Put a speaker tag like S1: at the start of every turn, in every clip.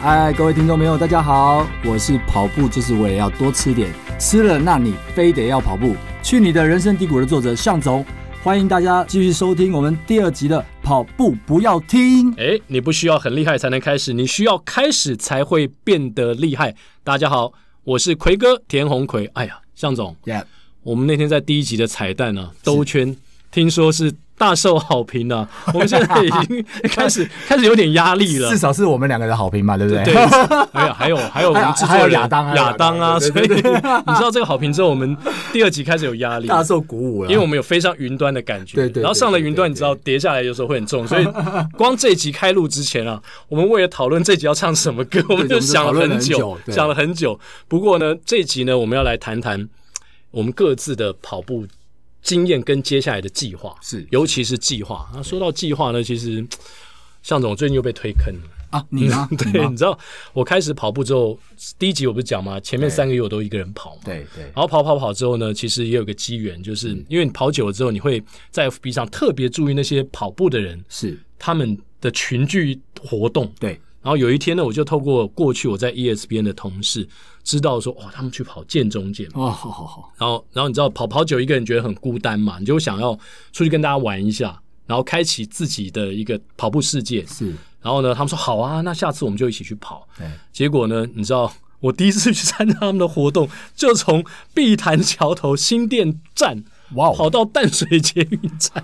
S1: 嗨，哎各位听众朋友，大家好，我是跑步就是为了要多吃点，吃了那你非得要跑步，去你的人生低谷的作者向总，欢迎大家继续收听我们第二集的跑步不要听。
S2: 哎，你不需要很厉害才能开始，你需要开始才会变得厉害。大家好，我是奎哥田宏奎。哎呀，向总，
S1: Yeah，
S2: 我们那天在第一集的彩蛋呢、兜圈，听说是大受好评啊呢、 我们现在已经开 始开始有点压力了
S1: 至。少是我们两个的好评嘛，对不对？
S2: 对，还有还有还有我们制作
S1: 还有
S2: 人
S1: 亚当还有
S2: 亚当啊，
S1: 亚当
S2: 所
S1: 对对
S2: 以你知道这个好评之后，我们第二集开始有压 力，
S1: 大受鼓舞了。
S2: 因为我们有飞上云端的感觉，
S1: 对对对
S2: 然后上了云端，
S1: 对对对
S2: 你知道跌下来有时候会 很重，所以光这一集开录之前啊，我们为了讨论这集要唱什么歌，我们
S1: 对我们
S2: 就
S1: 就
S2: 想
S1: 讨
S2: 了
S1: 论
S2: 很
S1: 很
S2: 久
S1: 久，对
S2: 想了很久。不过呢，这一集呢，我们要来谈谈我们各自的跑步经验跟接下来的计划，
S1: 是
S2: 尤其是计划。那说到计划呢，其实向总最近又被推坑了。
S1: 啊，你吗？你
S2: 对，
S1: 吗
S2: 你知道我开始跑步之后，第一集我不是讲吗？前面三个月我都一个人跑嘛。
S1: 对对
S2: 然后跑跑跑之后呢，其实也有个机缘，就是因为你跑久了之后，你会在 FB 上特别注意那些跑步的人
S1: 是，
S2: 他们的群聚活动。
S1: 对
S2: 然后有一天呢，我就透过过去我在 E ESPN 的同事知道说，哦，他们去跑建中健，
S1: 哦，好好好，
S2: 然后然后你知道跑跑久一个人觉得很孤单嘛，你就想要出去跟大家玩一下，然后开启自己的一个跑步世界。
S1: 是
S2: 然后呢，他们说好啊，那下次我们就一起去跑。
S1: 对
S2: 结果呢，你知道我第一次去参加他们的活动，就从碧潭桥头新店站
S1: 哇
S2: 跑
S1: 哦，
S2: 到淡水捷运 站，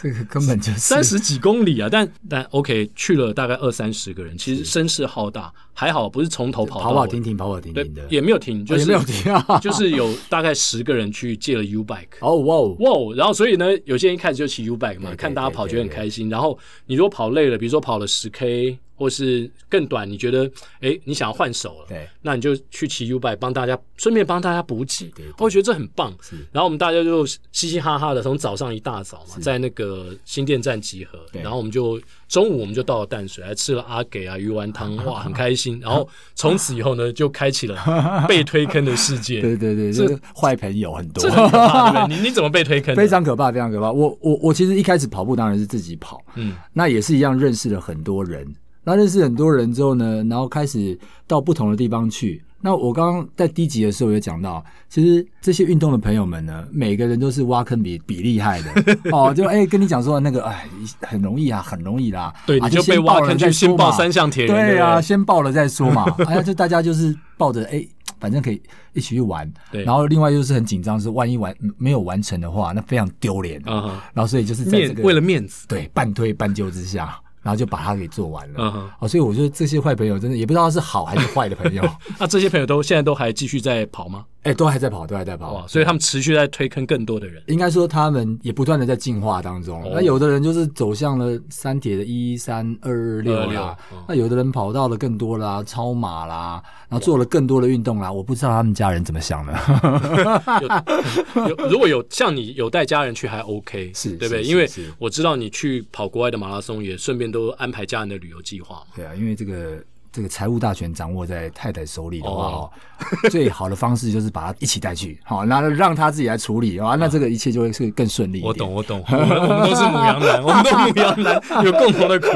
S1: 这个根本就是
S2: 三十几公里啊！但但 OK，去了大概二三十个人，其实声势浩大，还好不是从头跑到
S1: 跑跑
S2: 尾
S1: 停停，跑跑停
S2: 对
S1: 停的，，
S2: 也没有停，就
S1: 也
S2: 是
S1: 没有停啊。
S2: 就是有大概十个人去借了 U bike。
S1: 哦哇哦，
S2: 哇哦！然后所以呢，有些人一开始就骑 U bike 嘛，
S1: 对
S2: 看大家跑
S1: 对
S2: 觉得很
S1: 对
S2: 开心。然后你如果跑累了，比如说跑了十 K 或是更短，你觉得诶你想要换手了，
S1: 对，
S2: 那你就去骑 U bike 帮大家，顺便帮大家补给
S1: 对对对。
S2: 我觉得这很棒。然后我们大家就嘻嘻哈哈的，从早上一大早嘛，在那个新店站集合，
S1: 对
S2: 然后我们就中午我们就到了淡水，还吃了阿给啊鱼丸汤，哇，很开心。然后从此以后呢，就开启了被推坑的世界。
S1: 对对对，
S2: 这
S1: 这坏朋友很多
S2: 这，很可怕，对不对？你你怎么被推坑的？
S1: 非常可怕，非常可怕。我我我其实一开始跑步当然是自己跑，
S2: 嗯。
S1: 那也是一样认识了很多人。那认识很多人之后呢，然后开始到不同的地方去。那我刚刚在低级的时候有讲到，其实这些运动的朋友们呢，每个人都是挖坑比比厉害的哦。就哎、跟你讲说那个哎，很容易啊，很容易啦、啊。
S2: 对，你就
S1: 先
S2: 被挖
S1: 报了
S2: 坑
S1: 再
S2: 去先
S1: 说
S2: 报
S1: 嘛
S2: 三项铁人，
S1: 对
S2: 对
S1: 啊，
S2: 不对
S1: 先报了再说 嘛。哎呀，就大家就是抱着哎、反正可以一起去玩。
S2: 对
S1: 然后另外就是很紧张，是万一完没有完成的话，那非常丢脸。
S2: 啊哈，
S1: 然后所以就是在这
S2: 面
S1: 个
S2: 为了面子，
S1: 对半推半就之下，然后就把它给做完了。
S2: 嗯哼
S1: 哦，所以我觉得这些坏朋友真的也不知道是好还是坏的朋 友，
S2: 那这些朋友都现在都还继续在跑吗？
S1: 哎、都还在跑，都还在
S2: 哇，
S1: 跑。
S2: 所以他们持续在推坑更多的人。
S1: 应该说他们也不断的在进化当中。
S2: 哦
S1: 那有的人就是走向了三铁的一三二六啦
S2: 226嗯，
S1: 那有的人跑到了更多啦，超马啦，然后做了更多的运动啦。我不知道他们家人怎么想的。
S2: 有有如果有像你有带家人去还 OK，
S1: 是
S2: 对不对？
S1: 是
S2: 因为
S1: 是是
S2: 我知道你去跑国外的马拉松，也顺便都安排家人的旅游计划嘛。
S1: 对啊，因为这个这个财务大权掌握在太太手里的话哦，
S2: 哦
S1: 最好的方式就是把他一起带去，好，那让他自己来处理啊，那这个一切就会是更顺利一点。
S2: 我懂，我懂，我们我们都是母羊 男，我们都母羊男，有共同的苦。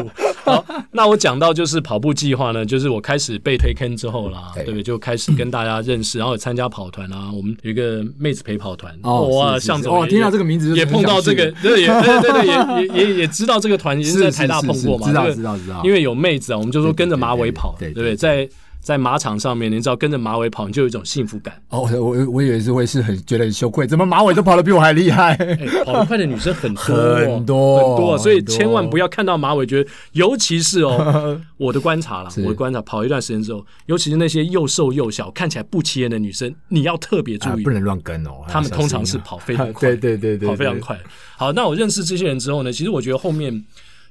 S2: 好，那我讲到就是跑步计划呢，就是我开始被推坑之后啦，
S1: 对
S2: 对不对？就开始跟大家认识，然后也参加跑团啊。我们有一个妹子陪跑团，
S1: 哦
S2: 哇，
S1: 是是是
S2: 向总
S1: 哦
S2: 也
S1: 听到这个名字就
S2: 也
S1: 很想
S2: 碰到这个，对，也对对对，也也也也知道这个团已经在
S1: 是
S2: 台大
S1: 是
S2: 碰
S1: 是
S2: 过嘛，
S1: 知道
S2: 这个
S1: 知道知道
S2: 因为有妹子啊，我们就说跟着马尾跑，
S1: 对
S2: 对
S1: 对
S2: 不
S1: 对
S2: 对？在在马场上面，你只要跟着马尾跑，你就有一种幸福感。
S1: 哦，我我我以为是会是很觉得很羞愧，怎么马尾都跑得比我还厉 害？
S2: 哎，跑得快的女生很多
S1: 很多
S2: 很多，所以
S1: 很多
S2: 千万不要看到马尾，觉得尤其是 哦，我的观察啦，
S1: 是
S2: 我的观察，跑一段时间之后，尤其是那些又瘦又小、看起来不起眼的女生，你要特别注
S1: 啊
S2: 意，
S1: 不能乱跟哦，
S2: 她们
S1: 小心啊
S2: 通常是跑非常 快，
S1: 对对对对，
S2: 跑非常
S1: 对。
S2: 快。好，那我认识这些人之后呢，其实我觉得后面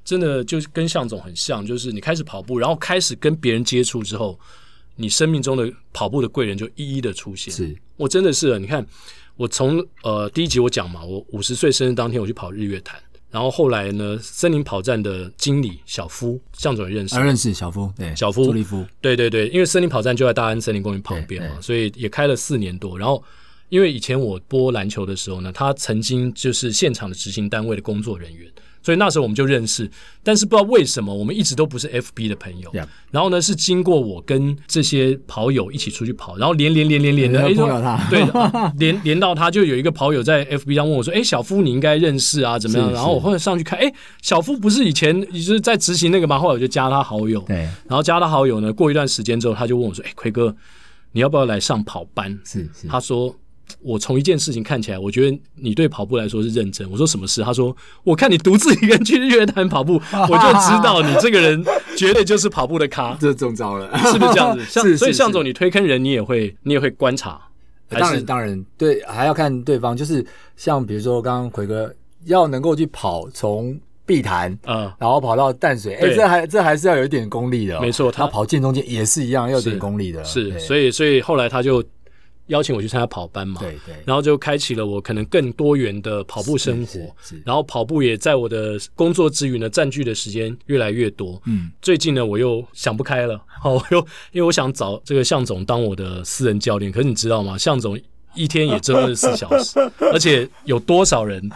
S2: 真的就是跟向总很像，就是你开始跑步，然后开始跟别人接触之后，你生命中的跑步的贵人就一一的出现。
S1: 是
S2: 我真的是，你看，我从呃第一集我讲嘛，我五十岁生日当天我去跑日月潭，然后后来呢，森林跑站的经理小夫向总也认识
S1: 啊，，认识小夫，对，
S2: 小夫
S1: 朱立夫，
S2: 对对对，因为森林跑站就在大安森林公园旁边嘛，所以也开了四年多。然后，因为以前我播篮球的时候呢，他曾经就是现场的执行单位的工作人员，所以那时候我们就认识，但是不知道为什么我们一直都不是 FB 的朋友。
S1: Yeah
S2: 然后呢，是经过我跟这些跑友一起出去跑，然后连连连连连的，
S1: 哎
S2: 哎，
S1: 碰到他
S2: 对，连连到他，就有一个跑友在 FB 上问我说：“哎，小夫你应该认识啊，怎么样？”
S1: 是
S2: 然后我后来上去看，哎，小夫不是以前就是在执行那个嘛，后来我就加他好友，
S1: 对，
S2: 然后加他好友呢，过一段时间之后，他就问我说：“哎，奎哥，你要不要来上跑班？”
S1: 是是，
S2: 他说：“我从一件事情看起来，我觉得你对跑步来说是认真。”我说：“什么事？”他说：“我看你独自一个人去日月 潭跑步，我就知道你这个人绝对就是跑步 的咖，
S1: 这中招了，
S2: 是不是这 样子？像
S1: 是是
S2: 所以向
S1: 是
S2: 总，你推坑人，你也会你也会观察，还
S1: 当
S2: 是
S1: 然当然，对，还要看对方，就是像比如说刚刚奎哥要能够去跑从碧潭。
S2: 呃，
S1: 然后跑到淡水，哎，
S2: 对
S1: 这还这还是要有一点功力的哦、
S2: 没错他
S1: 他跑剑中间也是一样，要有点
S2: 是
S1: 功力的。
S2: 是，
S1: 以
S2: 所以所以后来他就邀请我去参加跑班嘛，
S1: 对对，
S2: 然后就开启了我可能更多元的跑步生
S1: 是
S2: 活。
S1: 是是
S2: 然后跑步也在我的工作之余呢，占据的时间越来越多。
S1: 嗯，
S2: 最近呢，我又想不开了， 好，我又因为我想找这个向总当我的私人教练，可是你知道吗？向总一天也只有二十四小时，而且有多少人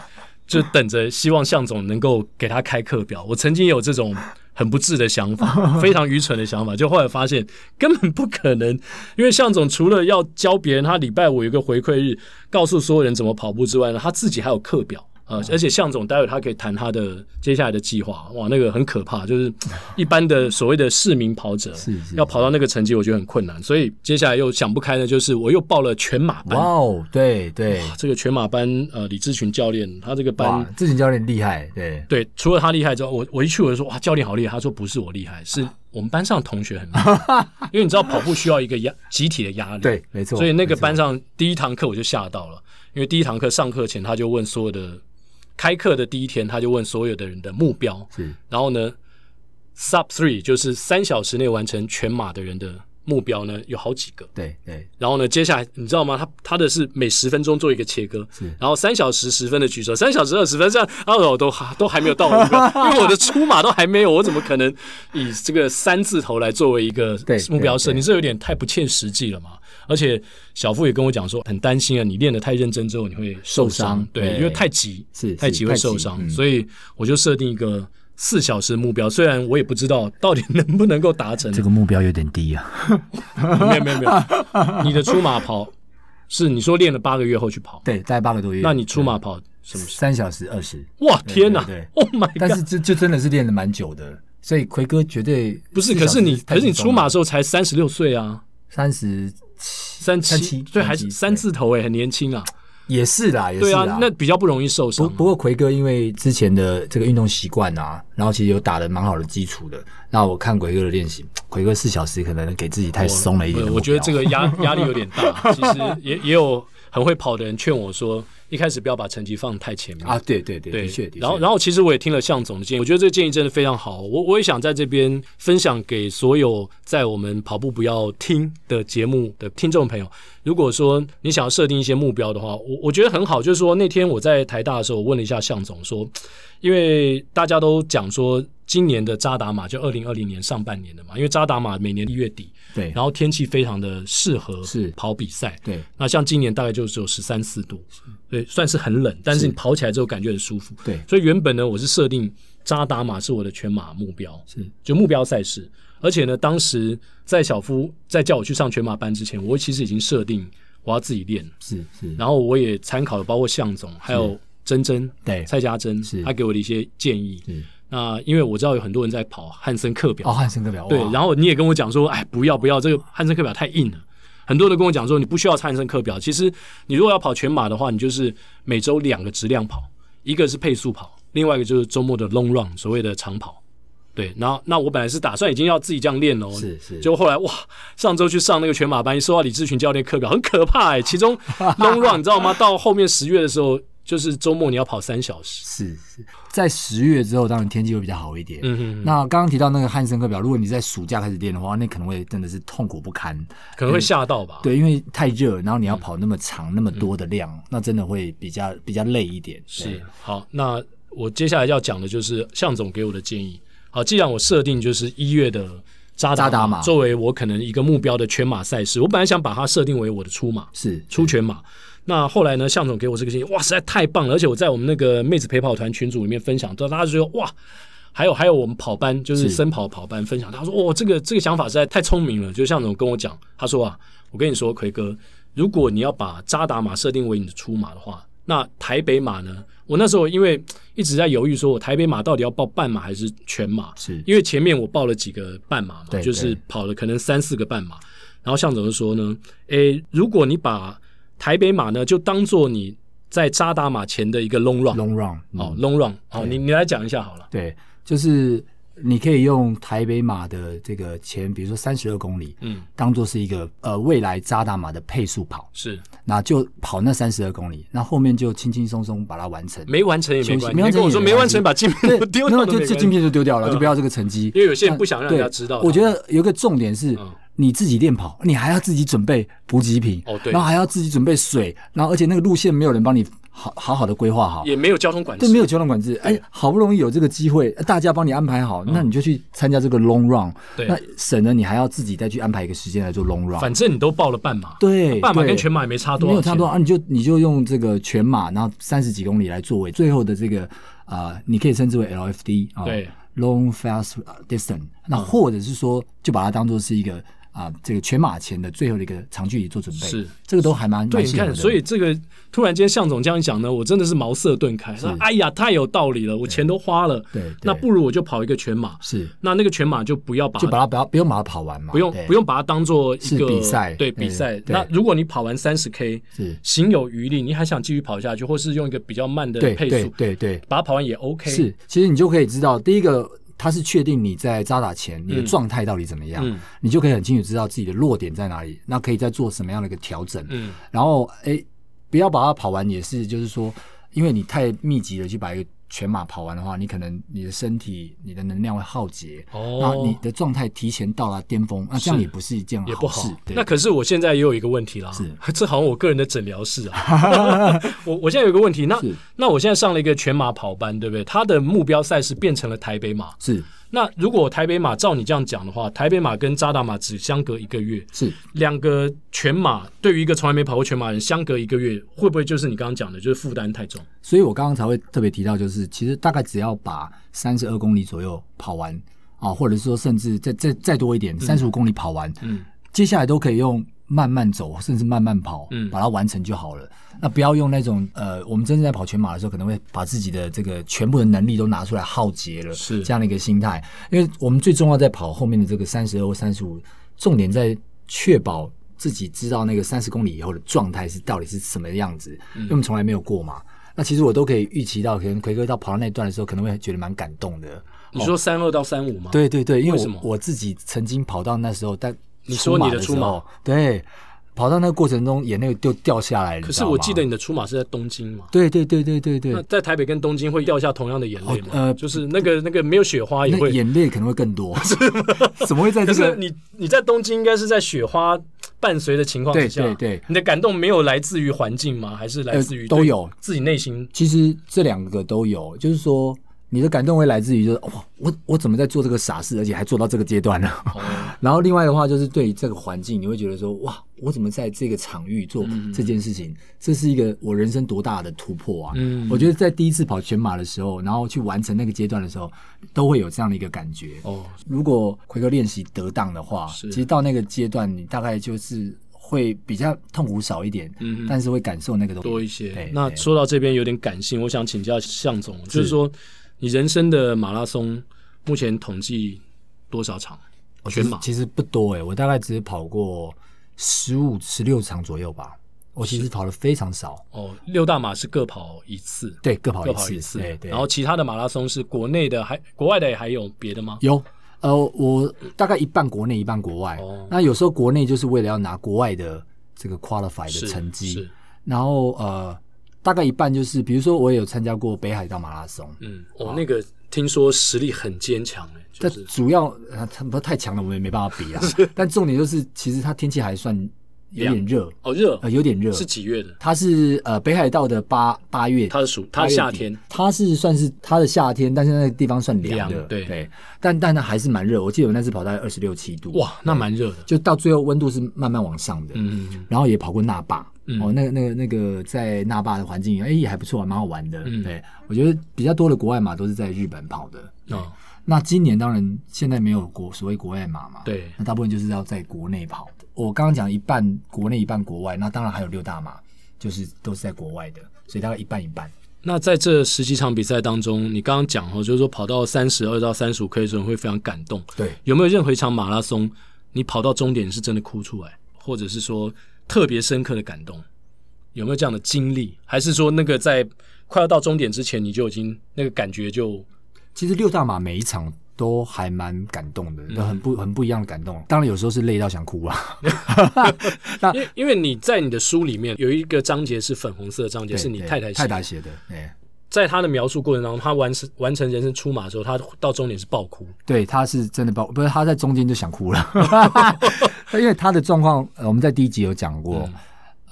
S2: 就等着希望向总能够给他开课表？我曾经有这种很不智的想法，非常愚蠢的想法，就后来发现根本不可能，因为向总除了要教别人，他礼拜五有一个回馈日，告诉所有人怎么跑步之外呢，他自己还有课表。呃，而且向总待会他可以谈他的接下来的计划，哇，那个很可怕，就是一般的所谓的市民跑者
S1: 是是
S2: 要跑到那个成绩，我觉得很困难，所以接下来又想不开的就是我又报了全马班
S1: 哇，哦，对对，
S2: 这个全马班，呃，李志群教练，他这个
S1: 哇
S2: 班，，
S1: 志勤教练厉害，对，
S2: 对，除了他厉害之后，我我一去我就说哇，教练好厉害。他说不是我厉害，
S1: 啊
S2: 是我们班上同学很厉 害，因为你知道跑步需要一个压集体的压力，
S1: 对，没错。
S2: 所以那个
S1: 没错
S2: 班上第一堂课我就吓到了，因为第一堂课上课前他就问所有的开课的第一天他就问所有的人的目标，
S1: 是
S2: 然后呢，sub three 就是三小时内完成全马的人的目标呢有好几个，
S1: 对对
S2: 然后呢，接下来你知道吗？他他的是每十分钟做一个切割
S1: 是，
S2: 然后三小时十分的举手，三小时二十分这样，啊，我都都还没有到我的目 标，因为我的出马都还没有，我怎么可能以这个三字头来作为一个
S1: 对
S2: 目标
S1: 对
S2: 设
S1: 对
S2: 定？这有点太不切实际了嘛。而且小付也跟我讲说，很担心啊，你练得太认真之后你会受
S1: 受伤
S2: 对，
S1: 对
S2: 因为太急
S1: 是
S2: 太
S1: 是
S2: 急会
S1: 太急
S2: 受伤，
S1: 嗯
S2: 所以我就设定一个四小时的目标，虽然我也不知道到底能不能够达成，
S1: 个目标有点低啊。
S2: 没有没有没有，你的出马跑是你说练了八个月后去跑，
S1: 对，大概八个多月。
S2: 那你出马跑什么时？
S1: 三小时二十，
S2: 哇天哪
S1: 对对
S2: ！Oh my
S1: 但
S2: god！
S1: 是就就真的是练了蛮久的，所以奎哥绝对
S2: 不是，
S1: 四
S2: 可
S1: 小
S2: 是
S1: 时
S2: 你可
S1: 太
S2: 是你
S1: 轻松
S2: 出马
S1: 了
S2: 的时候才三十六岁啊，
S1: 三十
S2: 三
S1: 37
S2: 对，还是
S1: 37
S2: 三字头哎，很年轻啊。
S1: 也是啦，也是
S2: 对
S1: 啦。
S2: 啊，那比较不容易受伤
S1: 不
S2: 啊。
S1: 不过奎哥因为之前的这个运动习惯啊，然后其实有打的蛮好的基础的。那我看奎哥的练习，奎哥四小时可能给自己太松了一点
S2: 我我觉得这
S1: 个
S2: 个 压压力有点大。其实也也有很会跑的人劝我说，一开始不要把成绩放太前面
S1: 啊，对对对，
S2: 对，
S1: 的确的确。
S2: 然后，然后其实我也听了向总的建议，我觉得这个建议真的非常好。我我也想在这边分享给所有在我们跑步不要听的节目的听众朋友。如果说你想要设定一些目标的话，我我觉得很好。就是说那天我在台大的时候，我问了一下向总说，因为大家都讲说今年的扎达马就二零二零年上半年的嘛，因为扎达马每年一月底，
S1: 对，
S2: 然后天气非常的适合
S1: 是
S2: 跑比赛，
S1: 对
S2: 那像今年大概就只有十三四度，对，算是很冷，但是你跑起来之后感觉很舒服。
S1: 对
S2: 所以原本呢，我是设定扎达马是我的全马目标，
S1: 是
S2: 就目标赛事。而且呢，当时在小夫在叫我去上全马班之前，我其实已经设定我要自己练，
S1: 是是，
S2: 然后我也参考了包括向总还有珍珍
S1: 对
S2: 蔡家珍
S1: 哎是，
S2: 他给我的一些建议。
S1: 是
S2: 那因为我知道有很多人在跑汉森课表
S1: 哦，汉森课表
S2: 对，
S1: 哇
S2: 然后你也跟我讲说，哎，不要不要，这个汉森课表太硬了。很多人都跟我讲说，你不需要汉森课表。其实你如果要跑全马的话，你就是每周两个质量跑，一个是配速跑，另外一个就是周末的 long run，所谓的长跑。对，然后那我本来是打算已经要自己这样练喽，
S1: 是是
S2: 就后来哇，上周去上那个全马班，一收到李志群教练课表，很可怕哎、其中 long run 你知道吗？到后面十月的时候，就是周末你要跑三小时，
S1: 是是，在十月之后，当然天气会比较好一点。
S2: 嗯哼，
S1: 那刚刚提到那个汉森课表，如果你在暑假开始练的话，那可能会真的是痛苦不堪。
S2: 可能会吓到吧？
S1: 对，因为太热，然后
S2: 嗯
S1: 你要跑那么长、那么多的量，那真的会比较比较累一点。对
S2: 是，好，那我接下来要讲的就是向总给我的建议。好，既然我设定就是一月的扎
S1: 扎达马
S2: 作为我可能一个目标的全马赛事，我本来想把它设定为我的出马，
S1: 是
S2: 出全马。那后来呢，向总给我这个建议，哇，实在太棒了！而且我在我们那个妹子陪跑团群组里面分享，大家就觉得哇，还有还有我们跑班就是
S1: 是
S2: 深跑跑班分享，他说哦，这个这个想法实在太聪明了。就向总跟我讲，他说啊，我跟你说，奎哥，如果你要把扎达马设定为你的出马的话，那台北马呢？我那时候因为一直在犹豫，说我台北马到底要报半马还是全马？
S1: 是
S2: 因为前面我报了几个半马嘛，
S1: 对
S2: 就是
S1: 对
S2: 跑了可能三四个半马。然后向总就说呢，诶，如果你把台北马呢就当做你在扎达马前的一个 long run，
S1: long run 嗯
S2: 哦，long run，好，你你来讲一下好了。
S1: 对，就是你可以用台北马的这个前，比如说三十二公里，
S2: 嗯，
S1: 当做是一个呃未来扎达马的配速跑，
S2: 是
S1: 那就跑那三十二公里，那后面就轻轻松松把它完成。
S2: 没完成也没
S1: 休息
S2: 关系，
S1: 没
S2: 你
S1: 完成也
S2: 跟我说
S1: 没
S2: 没完
S1: 关系
S2: 成把镜
S1: 对
S2: 片都， 丢
S1: 没
S2: 掉
S1: 有
S2: 都没
S1: 就
S2: 关
S1: 这
S2: 系，嗯
S1: 镜片就丢掉了，就不要这个成绩。
S2: 因为有些人不想让人家
S1: 对
S2: 知道嗯它
S1: 我觉得有一个重点是。你自己练跑，你还要自己准备补给品，
S2: 哦对
S1: 然后还要自己准备水，然后而且那个路线没有人帮你好好好的规划好，
S2: 也没有交通管制，
S1: 对，没有交通管制。哎
S2: 对，嗯
S1: 好不容易有这个机会，大家帮你安排好，那你就去参加这个 long run，
S2: 对
S1: 那省得你还要自己再去安排一个时间来做 long run。
S2: 反正你都报了半马，
S1: 对
S2: 半马
S1: 对
S2: 跟全马也没差多少，
S1: 没有差不多。啊，你就你就用这个全马，然后三十几公里来作为最后的这个啊，你可以称之为 LFD 啊、
S2: 对嗯
S1: l o n g Fast Distance，那或者是说就把它当做是一个啊、这个全马前的最后的一个长距离做准备，
S2: 是
S1: 这个都还蛮
S2: 对，
S1: 蛮
S2: 你
S1: 适合
S2: 看，
S1: 的。
S2: 所以这个突然间向总这样一讲呢，我真的是茅塞顿开，说哎呀，太有道理了，我钱都花了，
S1: 对对
S2: 那不如我就跑一个全马，
S1: 是
S2: 那那个全马就不要把
S1: 就把它不要不用把它跑完嘛，
S2: 啊不用
S1: 对
S2: 不用把它当做一个
S1: 是比赛
S2: 对
S1: 对
S2: 比赛。
S1: 对
S2: 那如果你跑完三十 K，
S1: 是
S2: 行有余力，你还想继续跑下去，或是用一个比较慢的
S1: 对
S2: 配
S1: 对
S2: 速，
S1: 对对
S2: 把它跑完也 OK。
S1: 是，其实你就可以知道，第一个它是确定你在扎打前你的
S2: 嗯
S1: 状态到底怎么样，
S2: 嗯
S1: 你就可以很清楚知道自己的弱点在哪里，那可以再做什么样的一个调整。
S2: 嗯，
S1: 然后诶，不要把它跑完，也是就是说，因为你太密集的去把一个全马跑完的话，你可能你的身体、你的能量会耗竭，那你
S2: 哦，
S1: 的状态提前到达巅峰，那这样也不是一件
S2: 也不好
S1: 事。对
S2: 那可是我现在也有一个问题啦
S1: 是，
S2: 这好像我个人的诊疗 室啊。我我现在有一个问题，那
S1: 是
S2: 那我现在上了一个全马跑班，对不对？它的目标赛事变成了台北马。
S1: 是
S2: 那如果台北马照你这样讲的话，台北马跟扎达马只相隔一个月，
S1: 是
S2: 两个全马对于一个从来没跑过全马的人相隔一个月，会不会就是你刚刚讲的，就是负担太重？
S1: 所以我刚刚才会特别提到，就是其实大概只要把三十二公里左右跑完啊，或者是说甚至再再再多一点，三十五公里跑完，
S2: 嗯，
S1: 接下来都可以用慢慢走，甚至慢慢跑，
S2: 嗯
S1: 把它完成就好了。那不要用那种呃，我们真正在跑全马的时候，可能会把自己的这个全部的能力都拿出来耗竭了，
S2: 是
S1: 这样的一个心态。因为我们最重要在跑后面的这个三十二或三十五，重点在确保。自己知道那个三十公里以后的状态是到底是什么样子，
S2: 嗯
S1: 因为我们从来没有过嘛。那其实我都可以预期到，可能奎哥到跑到那一段的时候，可能会觉得蛮感动的。
S2: 你说三二到三五吗？，
S1: 对对对，因为
S2: 为
S1: 我
S2: 什么
S1: 我自己曾经跑到那时候，但
S2: 你说你的
S1: 出
S2: 出马
S1: 时候，对，跑到那个过程中眼泪就掉下来了。
S2: 可
S1: 你知
S2: 是
S1: 道
S2: 我
S1: 吗
S2: 记得，你的出马是在东京嘛？
S1: 对对对对对对
S2: 那，在台北跟东京会掉下同样的眼泪吗？
S1: 哦呃
S2: 就是那个那个没有雪花也
S1: 那
S2: 会。
S1: 眼泪可能会更 多， 怎么会在
S2: 可
S1: 这
S2: 是
S1: 个？
S2: 你你在东京应该是在雪花伴随的情况之下，
S1: 对对对
S2: 你的感动没有来自于环境吗？还是来自于
S1: 呃都有
S2: 对自己内心？
S1: 其实这两个都有，就是说你的感动会来自于就是哇，我我怎么在做这个傻事，而且还做到这个阶段呢？
S2: 哦
S1: 然后另外的话就是对于这个环境，你会觉得说哇，我怎么在这个场域做
S2: 嗯
S1: 这件事情？这是一个我人生多大的突破啊！
S2: 嗯
S1: 我觉得在第一次跑全马的时候，然后去完成那个阶段的时候，都会有这样的一个感觉。
S2: 哦，
S1: 如果奎哥练习得当的话，
S2: 是
S1: 其实到那个阶段，你大概就是会比较痛苦少一点，
S2: 嗯
S1: 但是会感受那个东西
S2: 多一
S1: 对
S2: 些。那
S1: 对
S2: 说到这边有点感性，我想请教向总，就是说你人生的马拉松目前统计多少场？
S1: 哦
S2: 全
S1: 其实
S2: 马
S1: 其实不多哎、我大概只跑过十五、十六场左右吧。我其实跑的非常少，
S2: 哦，六大马是各跑一次，
S1: 对，各跑
S2: 各
S1: 一
S2: 跑
S1: 次，
S2: 一次。
S1: 对对。
S2: 然后其他的马拉松是国内的，还国外的，也还有别的吗？
S1: 有呃，我大概一半国内，一半国外。
S2: 哦
S1: 那有时候国内就是为了要拿国外的这个 qualify
S2: 是
S1: 的成绩
S2: 是，，
S1: 然后呃，大概一半就是，比如说我也有参加过北海道马拉松，
S2: 嗯，哦，那个听说实力很坚强哎，就
S1: 但
S2: 是
S1: 主要呃，它不太强了，我们也没办法比啊。但重点就是，其实它天气还算有点热，
S2: 哦，热
S1: 呃，有点热。
S2: 是几月的？
S1: 它是呃北海道的八八月，
S2: 它是暑，它
S1: 八
S2: 是
S1: 月
S2: 夏
S1: 底
S2: 天，
S1: 它是算是它的夏天，但是那个地方算凉的，
S2: 凉对
S1: 但但它还是蛮热，我记得我那次跑大概二十六七度，，
S2: 哇，那蛮热的。
S1: 就到最后温度是慢慢往上的，
S2: 嗯
S1: 然后也跑过那霸，
S2: 嗯
S1: 哦，那个那个那个在那霸的环境，哎、也还不错，蛮好玩的。
S2: 嗯
S1: 对我觉得比较多的国外马都是在日本跑的。
S2: 哦，
S1: 那今年当然现在没有国所谓国外马嘛，，
S2: 对，
S1: 那大部分就是要在国内跑。我刚刚讲一半国内一半国外，那当然还有六大马，就是都是在国外的，所以大概一半一半。
S2: 那在这十几场比赛当中，你刚刚讲哦，就是说跑到三十二到三十五 K 的时候你会非常感动。
S1: 对，
S2: 有没有任何一场马拉松，你跑到终点是真的哭出来，或者是说特别深刻的感动？有没有这样的经历？还是说那个在快要到终点之前，你就已经那个感觉就
S1: 其实六大马每一场都还蛮感动
S2: 嗯
S1: 的，很不很不一样的感动。当然有时候是累到想哭啊，
S2: 因为因为你在你的书里面有一个章节是粉红色的章节，
S1: 对
S2: 是你
S1: 对
S2: 太嗯太写
S1: 太
S2: 的。
S1: 太写的，哎。
S2: 在他的描述过程当中，他完成完成人生出马的时候，他到终点是爆哭。
S1: 对，他是真的爆，不是他在中间就想哭了， 因为他的状况，呃我们在第一集有讲过，
S2: 嗯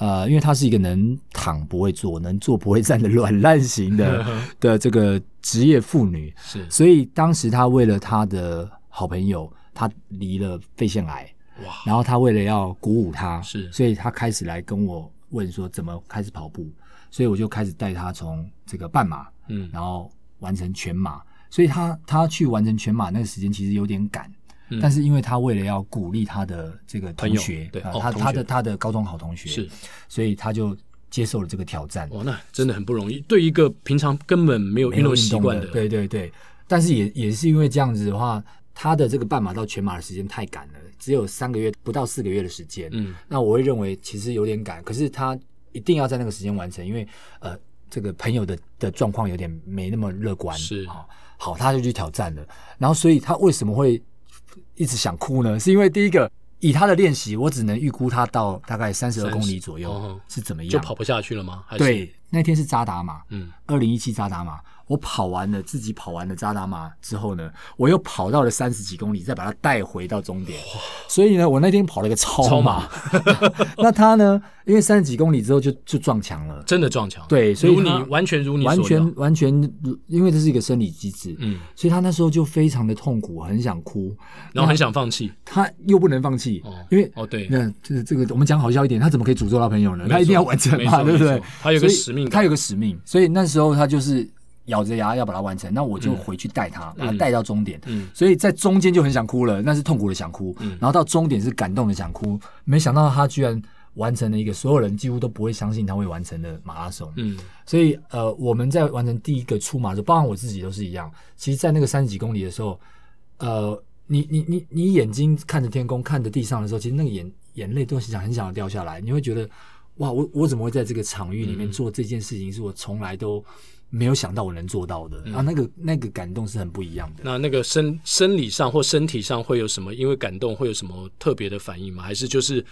S1: 呃，因为他是一个能躺不会坐，能坐不会站的软烂型的
S2: 嗯
S1: 的这个职业妇女，
S2: 是
S1: 所以当时她为了她的好朋友，她离了肺腺癌，
S2: 哇，
S1: 然后她为了要鼓舞她，
S2: 是
S1: 所以她开始来跟我问说怎么开始跑步，所以我就开始带她从这个半马，
S2: 嗯
S1: 然后完成全马，所以他他去完成全马那个时间其实有点赶，
S2: 嗯
S1: 但是因为他为了要鼓励他的这个同
S2: 朋
S1: 学
S2: 友，对
S1: 啊
S2: 哦
S1: 他
S2: 同学
S1: 他的他的高中好同学，
S2: 是，哦
S1: 所以他就接受了这个挑战，
S2: 哇，那真的很不容易。对一个平常根本没有
S1: 没
S2: 运
S1: 有
S2: 动
S1: 运
S2: 习
S1: 动
S2: 惯
S1: 的，对对对，但是也也是因为这样子的话，他的这个半马到全马的时间太赶了，只有三个月不到四个月的时间，
S2: 嗯，
S1: 那我会认为其实有点赶，可是他一定要在那个时间完成，因为呃，这个朋友的的状况有点没那么乐观，
S2: 是
S1: 好、好，他就去挑战了。然后，所以他为什么会一直想哭呢？是因为第一个，以他的练习，我只能预估他到大概三十二
S2: 30
S1: 公里左右、
S2: 哦
S1: 是怎么样，
S2: 就跑不下去了吗？还是，
S1: 对，那天是扎达马，
S2: 嗯，
S1: 二零一七扎达马，我跑完了自己跑完了扎达马之后呢，我又跑到了三十几公里，再把它带回到终点。所以呢，我那天跑了一个超
S2: 超
S1: 马。 那他呢，因为三十几公里之后就就撞墙了，
S2: 真的撞墙。
S1: 对所以
S2: 如你
S1: 他
S2: 完全如你所
S1: 完
S2: 料
S1: 全完全，因为这是一个生理机制，
S2: 嗯，
S1: 所以他那时候就非常的痛苦，很想哭，
S2: 然后很想放弃。
S1: 他又不能放弃，
S2: 哦
S1: 因为
S2: 哦对
S1: 那这这个我们讲好笑一点，他怎么可以诅咒他朋友呢？
S2: 没错
S1: 他一定要完成
S2: 没
S1: 嘛，
S2: 错
S1: 对不
S2: 没
S1: 对
S2: 错？他有
S1: 所
S2: 个
S1: 以
S2: 使命感
S1: 他有个使命，所以那时候他就是咬着牙要把它完成。那我就回去带他，把他带到终点。
S2: 嗯
S1: 所以在中间就很想哭了，那是痛苦的想哭，然后到终点是感动的想哭。没想到他居然完成了一个所有人几乎都不会相信他会完成的马拉松。
S2: 嗯，
S1: 所以呃，我们在完成第一个出马的时候，包含我自己都是一样。其实，在那个三十几公里的时候，呃，你你你你眼睛看着天空，看着地上的时候，其实那个眼眼泪都很想很想要掉下来。你会觉得，哇，我我怎么会在这个场域里面做这件事情，是我从来都没有想到我能做到的。啊，那个那个感动是很不一样的。
S2: 那那个生生理上或身体上会有什么？因为感动会有什么特别的反应吗？还是就是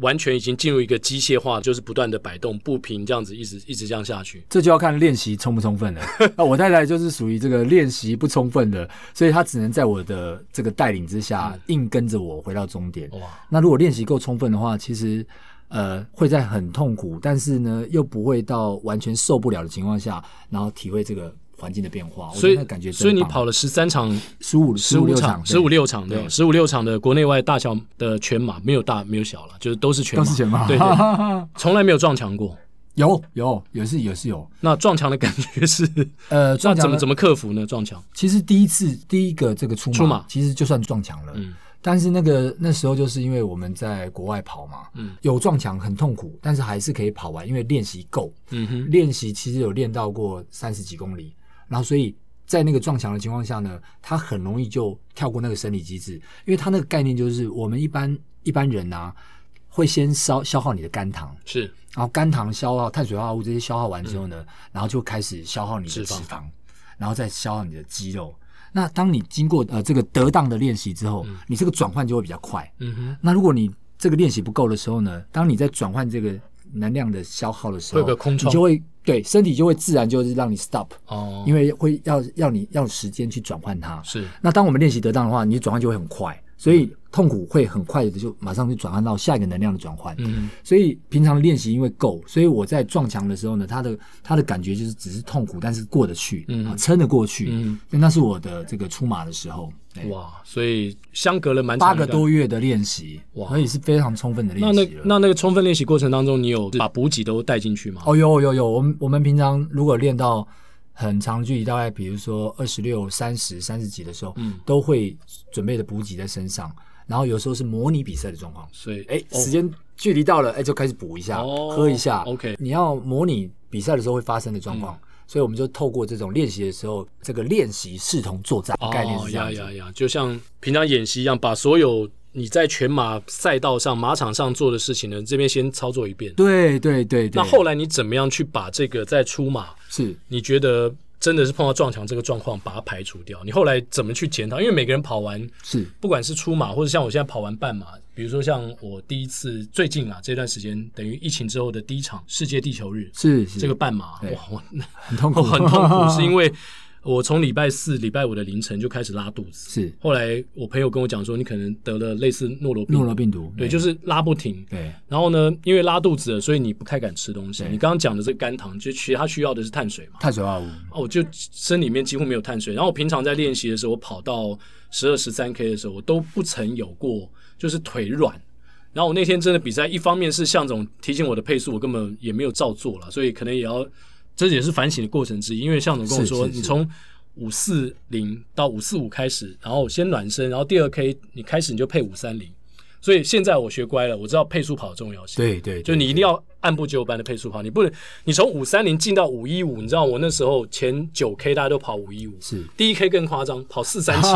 S2: 完全已经进入一个机械化，就是不断的摆动不平这样子，一直一直这样下去？
S1: 这就要看练习充不充分了。啊，我太太就是属于这个练习不充分的，所以她只能在我的这个带领之下，硬跟着我回到终点。
S2: 哇，
S1: 那如果练习够充分的话，其实呃会在很痛苦，但是呢又不会到完全受不了的情况下，然后体会这个环境的变化。
S2: 所
S1: 我觉得
S2: 以
S1: 那感觉真
S2: 所以你
S1: 棒
S2: 跑了十三场。
S1: 十五
S2: 十
S1: 五
S2: 五
S1: 六
S2: 场，
S1: 对
S2: 十五六场
S1: 对
S2: 的，十五六场的国内外大小的全马，没有大没有小了，就是都是全马，
S1: 都是全马，
S2: 对对，从来没有撞墙过。
S1: 有有有是有是有。
S2: 那撞墙的感觉是，
S1: 呃，撞
S2: 那
S1: 墙
S2: 怎么
S1: 呢
S2: 怎么克服呢？撞墙，
S1: 其实第一次第一个这个出马，
S2: 出马
S1: 其实就算撞墙了。
S2: 嗯
S1: 但是那个那时候就是因为我们在国外跑嘛，
S2: 嗯
S1: 有撞墙很痛苦，但是还是可以跑完，因为练习够。
S2: 嗯哼，
S1: 练习其实有练到过三十几公里，然后所以在那个撞墙的情况下呢，他很容易就跳过那个生理机制，因为他那个概念就是我们一般一般人啊，会先消消耗你的肝糖，
S2: 是
S1: 然后肝糖消耗、碳水化合物这些消耗完之后呢，然后就开始消耗你的脂
S2: 脂
S1: 肪，
S2: 肪
S1: 然后再消耗你的肌肉。那当你经过呃这个得当的练习之后，你这个转换就会比较快。
S2: 嗯哼，
S1: 那如果你这个练习不够的时候呢，当你在转换这个能量的消耗的时候，
S2: 会有个空窗
S1: 你就会对身体就会自然就是让你 stop，、
S2: 哦，
S1: 因为会要要你要有时间去转换它。
S2: 是嗯
S1: 那当我们练习得当的话，你转换就会很快。所以痛苦会很快的就马上就转换到下一个能量的转换。
S2: 嗯，
S1: 所以平常练习因为够，所以我在撞墙的时候呢，他的他的感觉就是只是痛苦，但是过得去，
S2: 嗯
S1: 啊撑得过去。
S2: 嗯
S1: 那那是我的这个出马的时候，哎对
S2: 哇，所以相隔了蛮长
S1: 八
S2: 一
S1: 个
S2: 段
S1: 多月的练习，
S2: 哇
S1: 所以是非常充分的
S2: 那
S1: 练
S2: 那
S1: 习了。
S2: 那那个充分练习过程当中，你有把补给都带进去吗？
S1: 哦，有有有，我们我们平常如果练到很长距离，大概比如说二十六、三十、三十几的时候，
S2: 嗯
S1: 都会准备的补给在身上，然后有时候是模拟比赛的状况，
S2: 所以
S1: 哎、
S2: 哦
S1: 时间距离到了，哎、就开始补一下，
S2: 哦
S1: 喝一下
S2: OK 嗯
S1: 你要模拟比赛的时候会发生的状况，所以我们就透过这种练习的时候，这个练习视同作战、概念是这样
S2: 哦呀
S1: 子。
S2: 呀呀，就像平常演习一样，把所有你在全马赛道上、马场上做的事情呢，这边先操作一遍。
S1: 对对对对，
S2: 那后来你怎么样去把这个在出马？
S1: 是
S2: 你觉得真的是碰到撞墙这个状况，把它排除掉？你后来怎么去检讨？因为每个人跑完，
S1: 是
S2: 不管是出马或者像我现在跑完半马，比如说像我第一次最近啊这段时间，等于疫情之后的第一场世界地球日，
S1: 是是，
S2: 这个半马，
S1: 对
S2: 哇，我
S1: 很痛苦，
S2: 我 很痛苦，是因为我从礼拜四、礼拜五的凌晨就开始拉肚 子。
S1: 是
S2: 后来我朋友跟我讲说，你可能得了类似诺罗病，
S1: 诺罗病毒，
S2: 对，就是拉不停。
S1: 对
S2: 然后呢，因为拉肚子了，所以你不太敢吃东西。
S1: 对
S2: 你刚刚讲的这个肝糖，就其实它需要的是碳水嘛。
S1: 碳水化合物，
S2: 哦，我就身里面几乎没有碳水。然后我平常在练习的时候，我跑到十二、十三 K 的时候，我都不曾有过就是腿软。然后我那天真的比赛，一方面是向总提醒我的配速，我根本也没有照做了，所以可能也要这也是反省的过程之一。因为向总跟我
S1: 是
S2: 说，
S1: 是是
S2: 你从五四零到五四五开始，然后先暖身，然后第二 K 你开始你就配五三零。所以现在我学乖了，我知道配速跑的重要性。
S1: 对对，
S2: 就你一定要按部就班的配速跑，你不能你从五三零进到五一五，你知道我那时候前九 K 大家都跑五一五，
S1: 是
S2: 第一 K 更夸张，跑 四三七，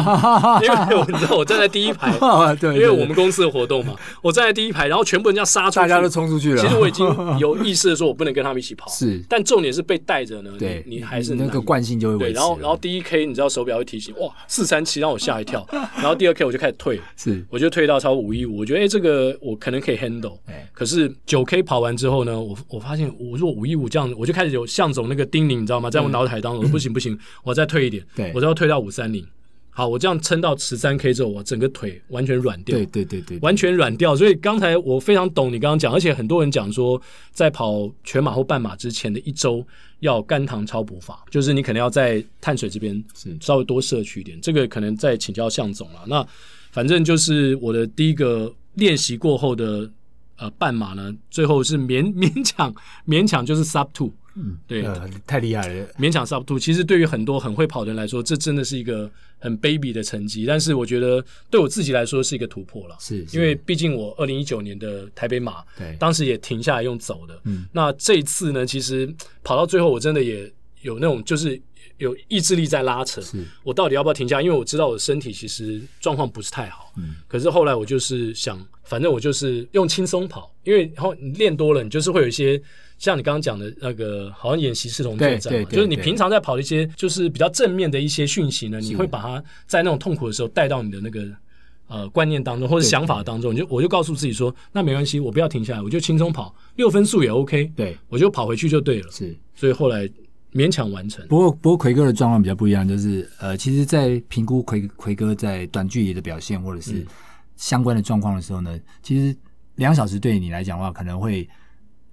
S2: 因为我你知道我站在第一排，
S1: 啊， 对，
S2: 因
S1: 对
S2: 为我们公司的 活动嘛，我站在第一排，然后全部人家杀出去，
S1: 大家都冲出去了，
S2: 其实我已经有意识的说，我不能跟他们一起跑，
S1: 是
S2: 但重点是被带着呢，
S1: 对，
S2: 你你还是
S1: 那
S2: 难
S1: 个惯性就会维
S2: 对，
S1: 持了，
S2: 然后然后第一 K 你知道手表会提醒，哇四三七让我吓一跳，然后第二 K 我就开始退，
S1: 是
S2: 我就退到超五一五，我觉得哎、诶这个我可能可以 handle，
S1: 哎
S2: 可是九 K 跑完之后呢，我我发现我如果五一五这样，我就开始有向总那个叮咛，你知道吗？在我脑海当中，我说不行不行，我再退一点，
S1: 嗯对
S2: 我就要退到五三零。好，我这样撑到十三 K 之后，我整个腿完全软掉，
S1: 对对对对，
S2: 完全软掉。所以刚才我非常懂你刚刚讲，而且很多人讲说，在跑全马或半马之前的一周要肝糖超补法，就是你可能要在碳水这边
S1: 是
S2: 稍微多摄取一点。这个可能再请教向总了。那反正就是我的第一个练习过后的呃半马呢，最后是勉 勉强勉强就是 sub two，
S1: 嗯
S2: 对
S1: 呃太厉害了，
S2: 勉强 sub two，其实对于很多很会跑的人来说，这真的是一个很 baby 的成绩。但是我觉得对我自己来说是一个突破了，
S1: 是是
S2: 因为毕竟我二零一九年的台北马，
S1: 对
S2: 当时也停下来用走的。
S1: 嗯
S2: 那这一次呢，其实跑到最后，我真的也有那种就是有意志力在拉扯，
S1: 是
S2: 我到底要不要停下来？因为我知道我身体其实状况不是太好。
S1: 嗯
S2: 可是后来我就是想，反正我就是用轻松跑，因为然后你练多了，你就是会有一些像你刚刚讲的那个，好像演习视同作战
S1: 对对
S2: 嘛，
S1: 对
S2: 就是你
S1: 对
S2: 平常在跑的一些就是比较正面的一些讯息呢，你会把它在那种痛苦的时候带到你的那个。呃，观念当中或者
S1: 对
S2: 想法当中，你就我就告诉自己说，那没关系，我不要停下来，我就轻松跑，六分速也 OK，
S1: 对
S2: 我就跑回去就对了。
S1: 是。
S2: 所以后来勉强完成。
S1: 不过，不过奎哥的状况比较不一样，就是呃，其实，在评估奎奎哥在短距离的表现或者是
S2: 嗯
S1: 相关的状况的时候呢，其实两小时对你来讲的话，可能会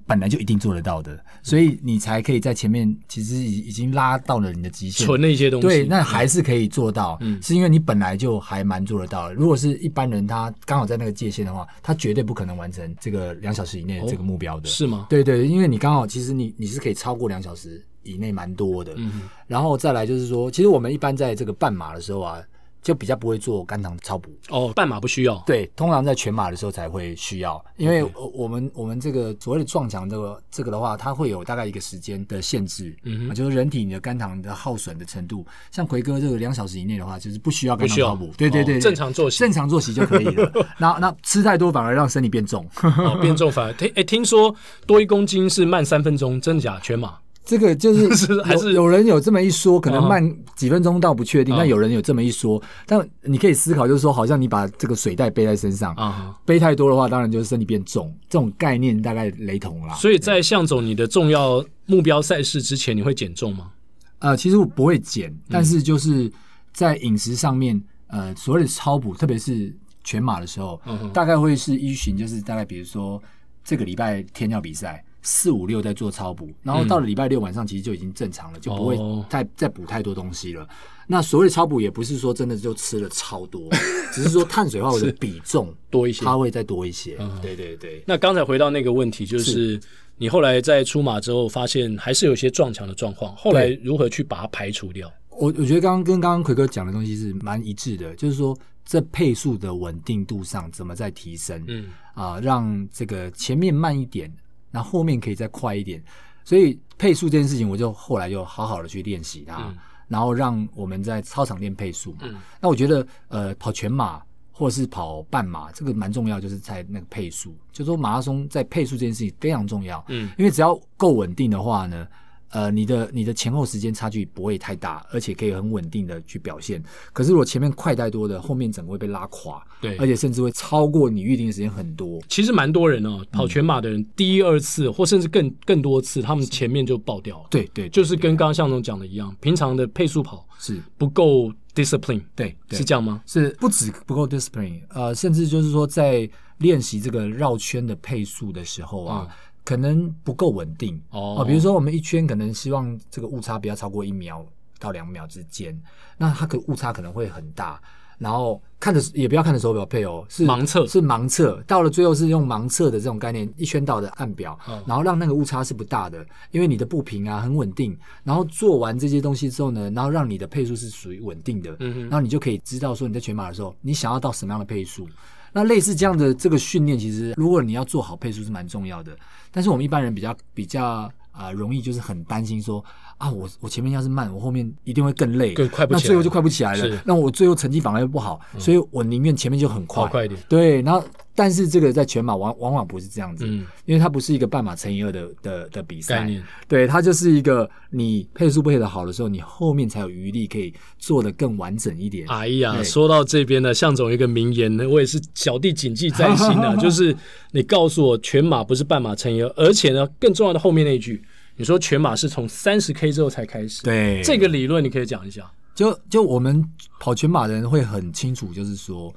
S1: 本来就一定做得到的，所以你才可以在前面其实已已经拉到了你的极限，
S2: 存了一些东西，
S1: 对，那还是可以做到，
S2: 嗯
S1: 是因为你本来就还蛮做得到的。如果是一般人，他刚好在那个界限的话，他绝对不可能完成这个两小时以内的这个目标的。
S2: 是吗？
S1: 对对，因为你刚好其实你你是可以超过两小时以内蛮多的，
S2: 嗯，
S1: 然后再来就是说，其实我们一般在这个半马的时候啊，就比较不会做肝糖超补。
S2: 哦，半马不需要，
S1: 对，通常在全马的时候才会需要，因为呃我们我们这个所谓的撞墙这个这个的话，它会有大概一个时间的限制，
S2: 嗯哼
S1: 啊就是人体你的肝糖的耗损的程度，像奎哥这个两小时以内的话，就是不需要肝
S2: 不
S1: 糖
S2: 需要
S1: 超补，对对
S2: 哦
S1: 对，对
S2: 正常作息
S1: 正常作息就可以了。 那那吃太多反而让身体变重，
S2: 哦，变重反而听哎、听说多一公斤是慢三分钟，真的假的？全马
S1: 这个就是
S2: 是
S1: 有
S2: 还是
S1: 有人有这么一说，可能
S2: 啊
S1: 慢几分钟倒不确定，
S2: 啊
S1: 但有人有这么一说。但你可以思考，就是说，好像你把这个水袋背在身上，
S2: 啊，
S1: 背太多的话，当然就是身体变重，这种概念大概雷同啦。
S2: 所以在向总你的重要目标赛事之前，你会减重吗？
S1: 呃，其实我不
S2: 嗯
S1: 会减，但是就是在饮食上面，呃，所谓的超补，特别是全马的时候，
S2: 嗯哼
S1: 大概会是一巡，就是大概比如说这个礼拜天要比赛，四五六在做超补，然后到了礼拜六晚上其实就已经正常了，就不会
S2: 嗯哦
S1: 再再补太多东西了。那所谓的超补也不是说真的就吃了超多， 只是说碳水化合物的比重
S2: 多一些。
S1: 它会再多一些
S2: 嗯。
S1: 对对对，
S2: 那刚才回到那个问题，就是你后来在出马之后，发现还是有一些撞墙的状况，后来
S1: 对
S2: 如何去把它排除掉？
S1: 我我觉得刚刚跟刚刚奎哥讲的东西是蛮一致的，就是说这配速的稳定度上怎么在提升。
S2: 嗯，
S1: 啊，让这个前面慢一点，然后后面可以再快一点。所以配速这件事情，我就后来就好好的去练习它，
S2: 嗯
S1: 然后让我们在操场练配速嘛。
S2: 嗯
S1: 那我觉得，呃，跑全马或者是跑半马，这个蛮重要，就是在那个配速，就说马拉松在配速这件事情非常重要。
S2: 嗯，
S1: 因为只要够稳定的话呢。呃，你的你的前后时间差距不会太大，而且可以很稳定的去表现。可是如果前面快太多的，后面整个会被拉垮，
S2: 对，
S1: 而且甚至会超过你预定的时间很多。
S2: 其实蛮多人哦，
S1: 嗯
S2: 跑全马的人第一、二次或甚至更更多次，他们前面就爆掉了。，
S1: 对对，
S2: 就是跟刚刚向总讲的一样，平常的配速跑
S1: 是
S2: 不够 discipline，
S1: 对
S2: 是
S1: 样，
S2: 这样吗？
S1: 是不止不够 discipline，呃，甚至就是说在练习这个绕圈的配速的时候啊。可能不够稳定啊
S2: 哦
S1: 比如说我们一圈可能希望这个误差不要超过一秒到两秒之间，那它可误差可能会很大。然后看的也不要看的手表配哦，是
S2: 盲测
S1: 是盲测，到了最后是用盲测的这种概念，一圈到的按表，
S2: 嗯
S1: 然后让那个误差是不大的，因为你的步频啊很稳定，然后做完这些东西之后呢，然后让你的配速是属于稳定的，
S2: 嗯哼
S1: 然后你就可以知道说你在全马的时候，你想要到什么样的配速。那类似这样的这个训练，其实如果你要做好配速是蛮重要的，但是我们一般人比较比较啊、容易就是很担心说啊，我我前面要是慢，我后面一定会更累，
S2: 更快不起来
S1: 那最后就快不起来
S2: 是嗯
S1: 了，那我最后成绩反而又不好，所以我宁愿前面就很快，
S2: 跑快一点。
S1: 对，然后但是这个在全马往往往不是这样子，
S2: 嗯，
S1: 因为它不是一个半马乘以二的的的比
S2: 概
S1: 赛，
S2: 念。
S1: 对，它就是一个你配速配的好的时候，你后面才有余力可以做的更完整一点。
S2: 哎呀，
S1: 对
S2: 说到这边呢，向总有一个名言呢，我也是小弟谨记在心 的，就是你告诉我全马不是半马乘以二，而且呢，更重要的后面那一句，你说全马是从三十 K 之后才开始，，
S1: 对，
S2: 这个理论你可以讲一下。
S1: 就就我们跑全马的人会很清楚，就是说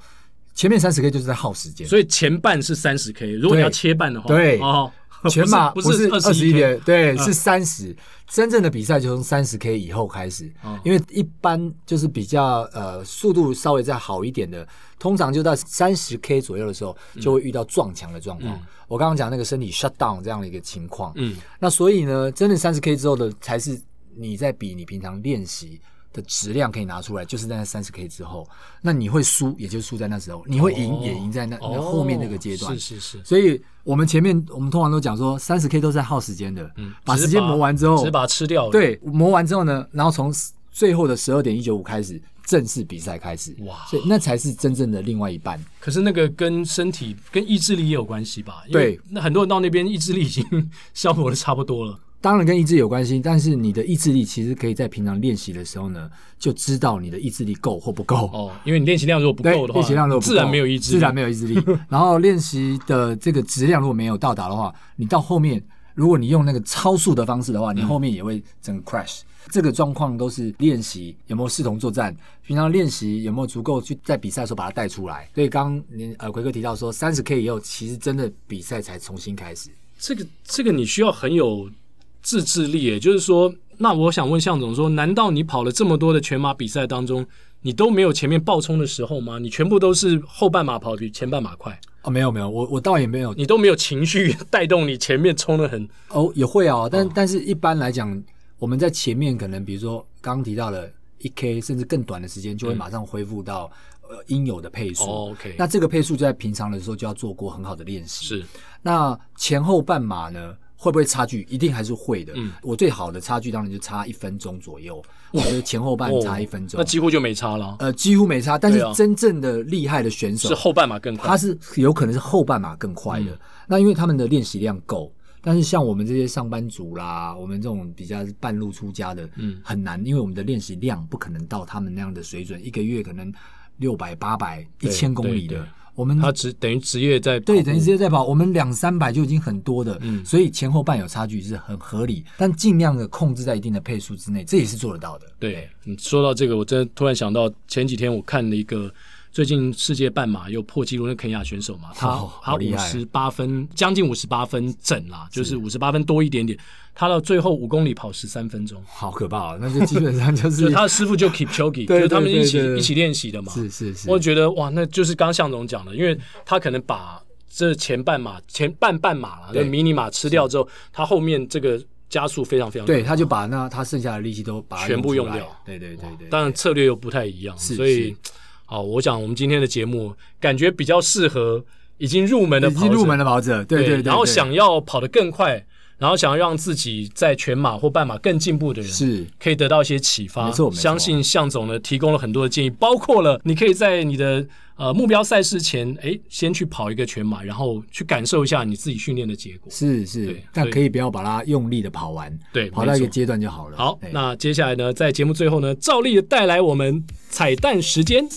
S1: 前面三十 K 就是在耗时间，
S2: 所以前半是三十 K，如果你要切半的话，
S1: 对
S2: 哦，
S1: 全马
S2: 不是
S1: 二
S2: 十
S1: 十
S2: 一
S1: 一
S2: K，嗯
S1: 点，对，是三十。真正的比赛就从三十 K 以后开始
S2: 哦，
S1: 因为一般就是比较呃速度稍微再好一点的，通常就到三十 K 左右的时候
S2: 嗯
S1: 就会遇到撞墙的状况。我刚刚讲那个身体 shut down 这样的一个情况，
S2: 嗯，
S1: 那所以呢，真的三十 K 之后的才是你在比你平常练习。的质量可以拿出来，就是在那三十 K 之后，那你会输，也就输在那时候；你会赢，
S2: 哦
S1: 也赢在那、
S2: 哦
S1: 那后面那个阶段。
S2: 是是是，
S1: 所以我们前面我们通常都讲说，三十 K 都是在耗时间的，
S2: 嗯
S1: 把
S2: 只是
S1: 时间磨完之后
S2: 只是，把它吃掉了，，
S1: 对，磨完之后呢，然后从最后的十二点一九五开始正式比赛开始，
S2: 哇
S1: 所以那才是真正的另外一半。
S2: 可是那个跟身体跟意志力也有关系吧？因为
S1: 对
S2: 那很多人到那边意志力已经消磨的差不多了。
S1: 当然跟意志有关系，但是你的意志力其实可以在平常练习的时候呢，就知道你的意志力够或不够。
S2: 哦，因为你练习量如果不
S1: 对，
S2: 够的话，
S1: 练习量如果不够
S2: 自然没有意志力，
S1: 自然没有意志 力。然后练习的这个质量如果没有到达的话，你到后面，如果你用那个超速的方式的话，你后面也会整个 crash。这个状况都是练习有没有视同作战，平常练习有没有足够去在比赛的时候把它带出来。所以刚刚您呃奎哥提到说，三十 K 以后，其实真的比赛才重新开始。
S2: 这个这个你需要很有自制力，也就是说，那我想问向总说，难道你跑了这么多的全马比赛当中，你都没有前面爆冲的时候吗？你全部都是后半马跑得比前半马快，
S1: 哦，没有没有，我我倒也没有
S2: 你都没有情绪带动你前面冲的很
S1: 哦，也会哦，但、但是一般来讲，我们在前面可能比如说刚刚提到了一 K 甚至更短的时间，就会马上恢复到、呃应有的配速。
S2: 嗯哦 OK，
S1: 那这个配速就在平常的时候就要做过很好的练习。
S2: 是
S1: 那前后半马呢，会不会差距？一定还是会的。
S2: 嗯
S1: 我最好的差距当然就差一分钟左右，我觉得前后半差一分钟，
S2: 哦那几乎就没差了，
S1: 呃几乎没差。但是
S2: 对啊
S1: 真正的厉害的选手
S2: 是后半马更快
S1: 他。是有可能是后半马更快的。那因为他们的练习量够，但是像我们这些上班族啦，我们这种比较半路出家的，
S2: 嗯
S1: 很难，因为我们的练习量不可能到他们那样的水准，一个月可能六百、八百、一千公里
S2: 对对
S1: 的，我们。
S2: 他只等于职业在跑
S1: 对，
S2: 步
S1: 等于直接在跑，我们两三百就已经很多的，所以前后半有差距是很合理，但尽量的控制在一定的配速之内，这也是做得到的。
S2: 嗯对你说到这个，我真的突然想到前几天我看了一个最近世界半马又破纪录，那肯亚选手嘛，他、
S1: 哦
S2: 他
S1: 好厉
S2: 五
S1: 害
S2: 十八分，将近五十八分整啦，就是五十八分多一点点。他到最后五公里跑十三分钟，
S1: 好可怕、哦，那就基本 上就
S2: 就是他的师傅就 Kipchoge，就
S1: 对
S2: 是他们一起
S1: 对对对对
S2: 一起练习的嘛。
S1: 是是是，
S2: 我觉得哇，那就是刚刚向总讲的，因为他可能把这前半马、前半半马啦，
S1: 对
S2: 那迷你马吃掉之后，他后面这个加速非常非常
S1: 对，他就把那他剩下的力气都把它
S2: 全部
S1: 出
S2: 用
S1: 来
S2: 掉
S1: 对对对对，
S2: 当然策略又不太一样，
S1: 是
S2: 所以
S1: 是
S2: 好，我想我们今天的节目感觉比较适合已经入门的
S1: 已
S2: 跑者，
S1: 经入门的跑者，对对对，
S2: 然后
S1: 对
S2: 想要跑得更快，然后想要让自己在全马或半马更进步的人。
S1: 是
S2: 可以得到一些启发，
S1: 没错没错
S2: 相信向总呢提供了很多的建议，包括了你可以在你的呃目标赛事前，哎，先去跑一个全马，然后去感受一下你自己训练的结果。
S1: 是
S2: 对
S1: 是，但
S2: 对
S1: 可以不要把它用力的跑完，
S2: 对
S1: 跑到一
S2: 没
S1: 个
S2: 错
S1: 阶段就好了。
S2: 好
S1: 哎，
S2: 那接下来呢，在节目最后呢，照例带来我们彩蛋时间。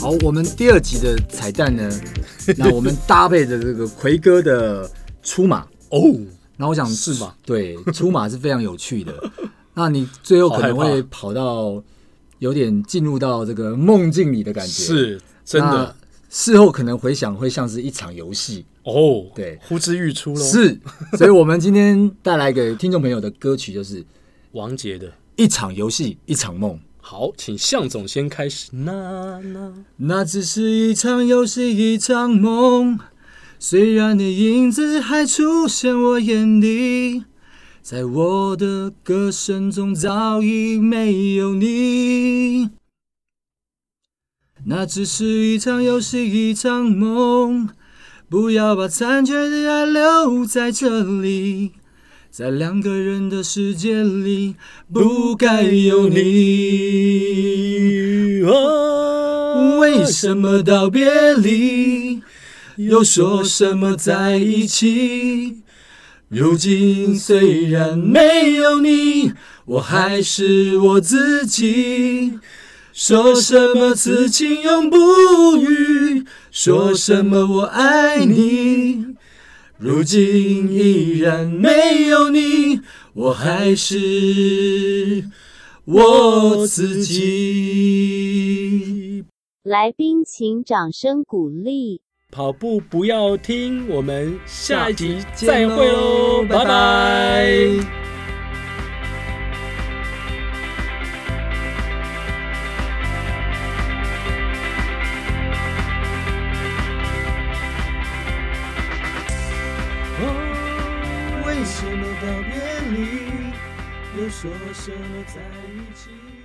S1: 好，我们第二集的彩蛋 呢，那我们搭配着这个奎哥的出马，
S2: 哦，
S1: 然后我想
S2: 是吗？
S1: 对，出马是非常有趣的。 那你最后可能
S2: 好害
S1: 会跑到有点进入到这个梦境里的感觉，
S2: 是真的。
S1: 那事后可能回想会像是一场游戏，
S2: 哦，
S1: 对
S2: 呼之欲出喽。
S1: 是。所以我们今天带来给听众朋友的歌曲就是《
S2: 王杰的。
S1: 一场游戏一场梦》。
S2: 好，请向总先开始。那那
S1: 那只是一场游戏，一场梦。虽然你影子还出现我眼里，在我的歌声中早已没有你。那只是一场游戏，一场梦。不要把残缺的爱留在这里，在两个人的世界里，不该有你。
S2: 哦啊
S1: 为什么道别离，又说什么在一起？如今虽然没有你，我还是我自己。说什么此情永不渝，说什么我爱你。如今依然没有你，我还是我自己。
S3: 来宾请掌声鼓励。
S2: 跑步不要停，我们下一集
S1: 见
S2: 再会喽，
S1: 喽，
S2: 拜拜。
S1: 为什么道别离，又说什么在一起？